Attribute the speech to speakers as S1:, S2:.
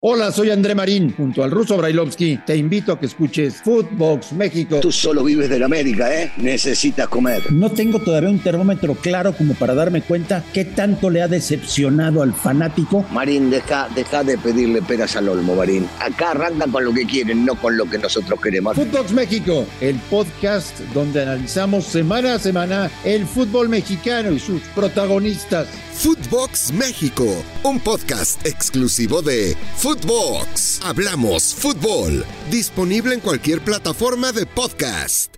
S1: Hola, soy André Marín. Junto al ruso Brailovsky, te invito a que escuches Foodbox México.
S2: Tú solo vives de la América, ¿eh? Necesitas comer.
S3: No tengo todavía un termómetro claro como para darme cuenta qué tanto le ha decepcionado al fanático.
S2: Marín, deja, deja de pedirle peras al olmo, Marín. Acá arrancan con lo que quieren, no con lo que nosotros queremos.
S1: Footbox México, el podcast donde analizamos semana a semana el fútbol mexicano y sus protagonistas.
S4: Footbox México, un podcast exclusivo de Footbox. Hablamos fútbol, disponible en cualquier plataforma de podcast.